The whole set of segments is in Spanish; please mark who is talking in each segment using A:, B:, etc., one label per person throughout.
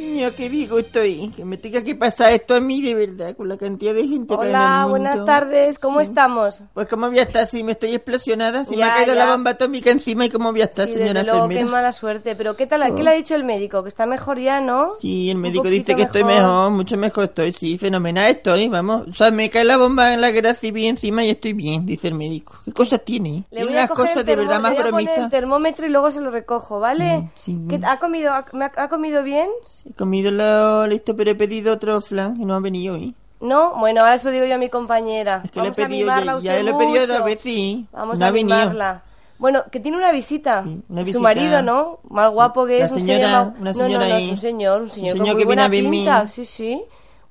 A: Niño, qué digo estoy. Que me tenga que pasar esto a mí de verdad, con la cantidad de gente que hay en el
B: Hola,
A: mundo.
B: buenas tardes, ¿cómo estamos?
A: Pues cómo voy a estar si me estoy explosionada, si me
B: Ya,
A: ha caído
B: ya.
A: la bomba atómica encima y cómo voy a estar,
B: Sí,
A: señora
B: desde luego, qué
A: enfermera.
B: mala suerte. Pero ¿qué tal? ¿Qué le ha dicho el médico? Que está mejor ya, ¿no?
A: Sí, el
B: Un
A: médico dice
B: poquito
A: que estoy mejor, mucho mejor estoy, sí, fenomenal estoy, vamos. O sea, me cae la bomba en la guerra civil encima y estoy bien, dice el médico. ¿Qué cosas tiene?
B: Le
A: Tiene
B: voy a
A: unas
B: coger el
A: cosas de verdad
B: termó-
A: más
B: le voy a poner el
A: bromistas. Mm,
B: termómetro y luego se lo recojo, ¿vale?
A: sí.
B: ¿Qué- ¿Ha comido, ha, me ha- ha comido bien?
A: He comido lo listo, pero he pedido otro flan y no han venido hoy.
B: ¿no? Bueno, ahora se lo digo yo a mi compañera.
A: Es que
B: Vamos
A: lo he
B: a
A: pedido,
B: mimarla a
A: ya,
B: usted
A: ya lo he pedido
B: mucho.
A: dos veces, sí.
B: Vamos
A: no
B: a
A: ha venido.
B: mimarla. Bueno, que tiene una visita.
A: Sí, una
B: Su
A: visita.
B: marido, ¿no? Mal guapo que
A: La
B: es. un
A: señora-
B: señor mal-
A: una
B: No, no,
A: señora
B: no, es
A: ahí.
B: un señor, un
A: Un
B: señor,
A: señor
B: con muy
A: que viene
B: buena
A: a verme.
B: pinta. Sí, sí.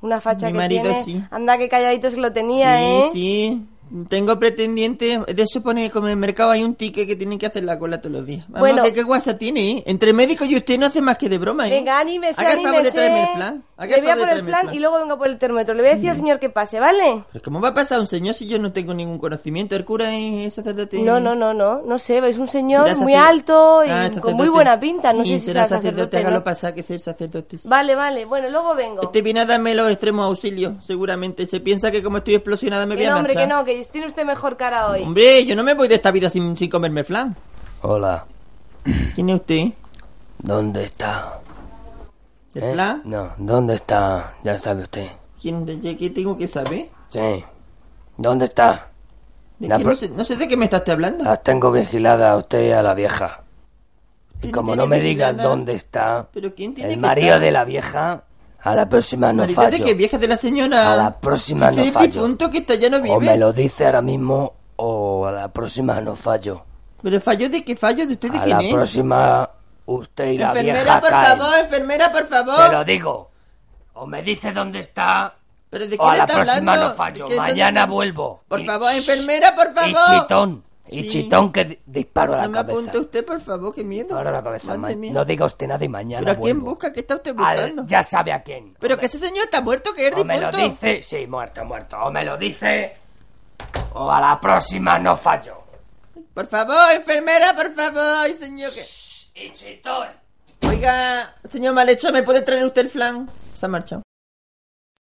B: Una facha
A: Mi
B: que
A: marido,
B: tiene.
A: sí.
B: Anda, que calladito se lo
A: Sí,
B: tenía, ¿eh?
A: sí. Tengo pretendientes. De eso pone como en el mercado hay un ticket que tienen que hacer la cola todos los días. Vamos,
B: Bueno.
A: que qué guasa tiene, ¿eh? Entre el médico y usted no hace más que de broma, ¿eh?
B: Venga, anímese,
A: Haga el favor
B: anímese.
A: de traerme el flan. Haga
B: Le voy a
A: favor de
B: poner el
A: traerme
B: flan y luego venga por el termómetro. Le voy a decir al señor que pase, ¿vale?
A: Pero ¿Cómo va a pasar un señor si yo no tengo ningún conocimiento? El cura es sacerdote.
B: No, no, no, no, no sé, es un señor
A: Será
B: muy
A: sacer-
B: alto y
A: Ah,
B: con
A: sacerdote.
B: muy buena pinta, no
A: Sí,
B: sé si
A: será
B: será
A: sacerdote.
B: sacerdote.
A: Hágalo
B: ¿no?
A: pasar que ser sacerdote. sí.
B: Vale, vale, bueno, luego vengo.
A: Este viene a darme los extremos auxilios, seguramente. Se piensa que como estoy explosionada me voy
B: Que
A: a
B: no, hombre,
A: marchar.
B: que no, que tiene usted mejor cara hoy.
A: Hombre, yo no me voy de esta vida sin, sin comerme flan.
C: Hola,
A: ¿Quién es usted?
C: ¿dónde está?
A: ¿El
C: ¿Eh?
A: flan?
C: No, ¿dónde está? Ya sabe usted.
A: ¿Quién, de, de ¿Qué tengo que saber?
C: Sí. ¿Dónde está?
A: ¿De
C: La
A: qué?
C: pro- Ah,
A: no, sé, no sé de qué me estás hablando.
C: Las tengo vigilada a usted y a la vieja.
A: Usted
C: Y
A: no
C: como
A: tiene
C: no me
A: vigilada.
C: digan dónde está
A: ¿Pero quién tiene
C: el
A: que
C: marido
A: estar?
C: de la vieja, a la próxima no
A: Marido de
C: fallo.
A: qué vieja de la señora.
C: A la próxima
A: Si
C: no
A: soy el
C: fallo.
A: difunto que está ya no vive.
C: O me lo dice ahora mismo o a la próxima no fallo.
A: Pero fallo de qué fallo de usted de
C: A
A: quién
C: la
A: es.
C: próxima usted y la
A: enfermera,
C: vieja
A: por
C: caen.
A: favor, enfermera, por favor.
C: Se lo digo. O me dice dónde está
A: Pero de
C: o
A: quién
C: a la
A: está
C: próxima
A: hablando.
C: no fallo.
A: ¿De qué- dónde
C: Mañana
A: está?
C: vuelvo.
A: Por
C: Y-
A: favor,
C: Shh.
A: enfermera, por
C: Y
A: favor.
C: chitón. Y
A: Sí.
C: chitón que di- disparo a la
A: No me
C: cabeza.
A: apunte usted, por favor, qué miedo.
C: Disparo a la cabeza.
A: Madre
C: ma-
A: mía.
C: No diga usted nada y mañana
A: ¿Pero a quién
C: vuelvo.
A: busca? ¿Qué está usted
C: Al-
A: buscando?
C: Ya sabe a quién.
A: Pero
C: O
A: que
C: me-
A: ese señor está muerto, que es
C: O me lo
A: difunto.
C: dice... Sí, muerto, muerto. O me lo dice... O a la próxima no fallo.
A: Por favor, enfermera, por favor. Ay, señor, que...
C: Y chitón.
A: Oiga, señor malhecho, ¿me puede traer usted el flan? Se ha marchado.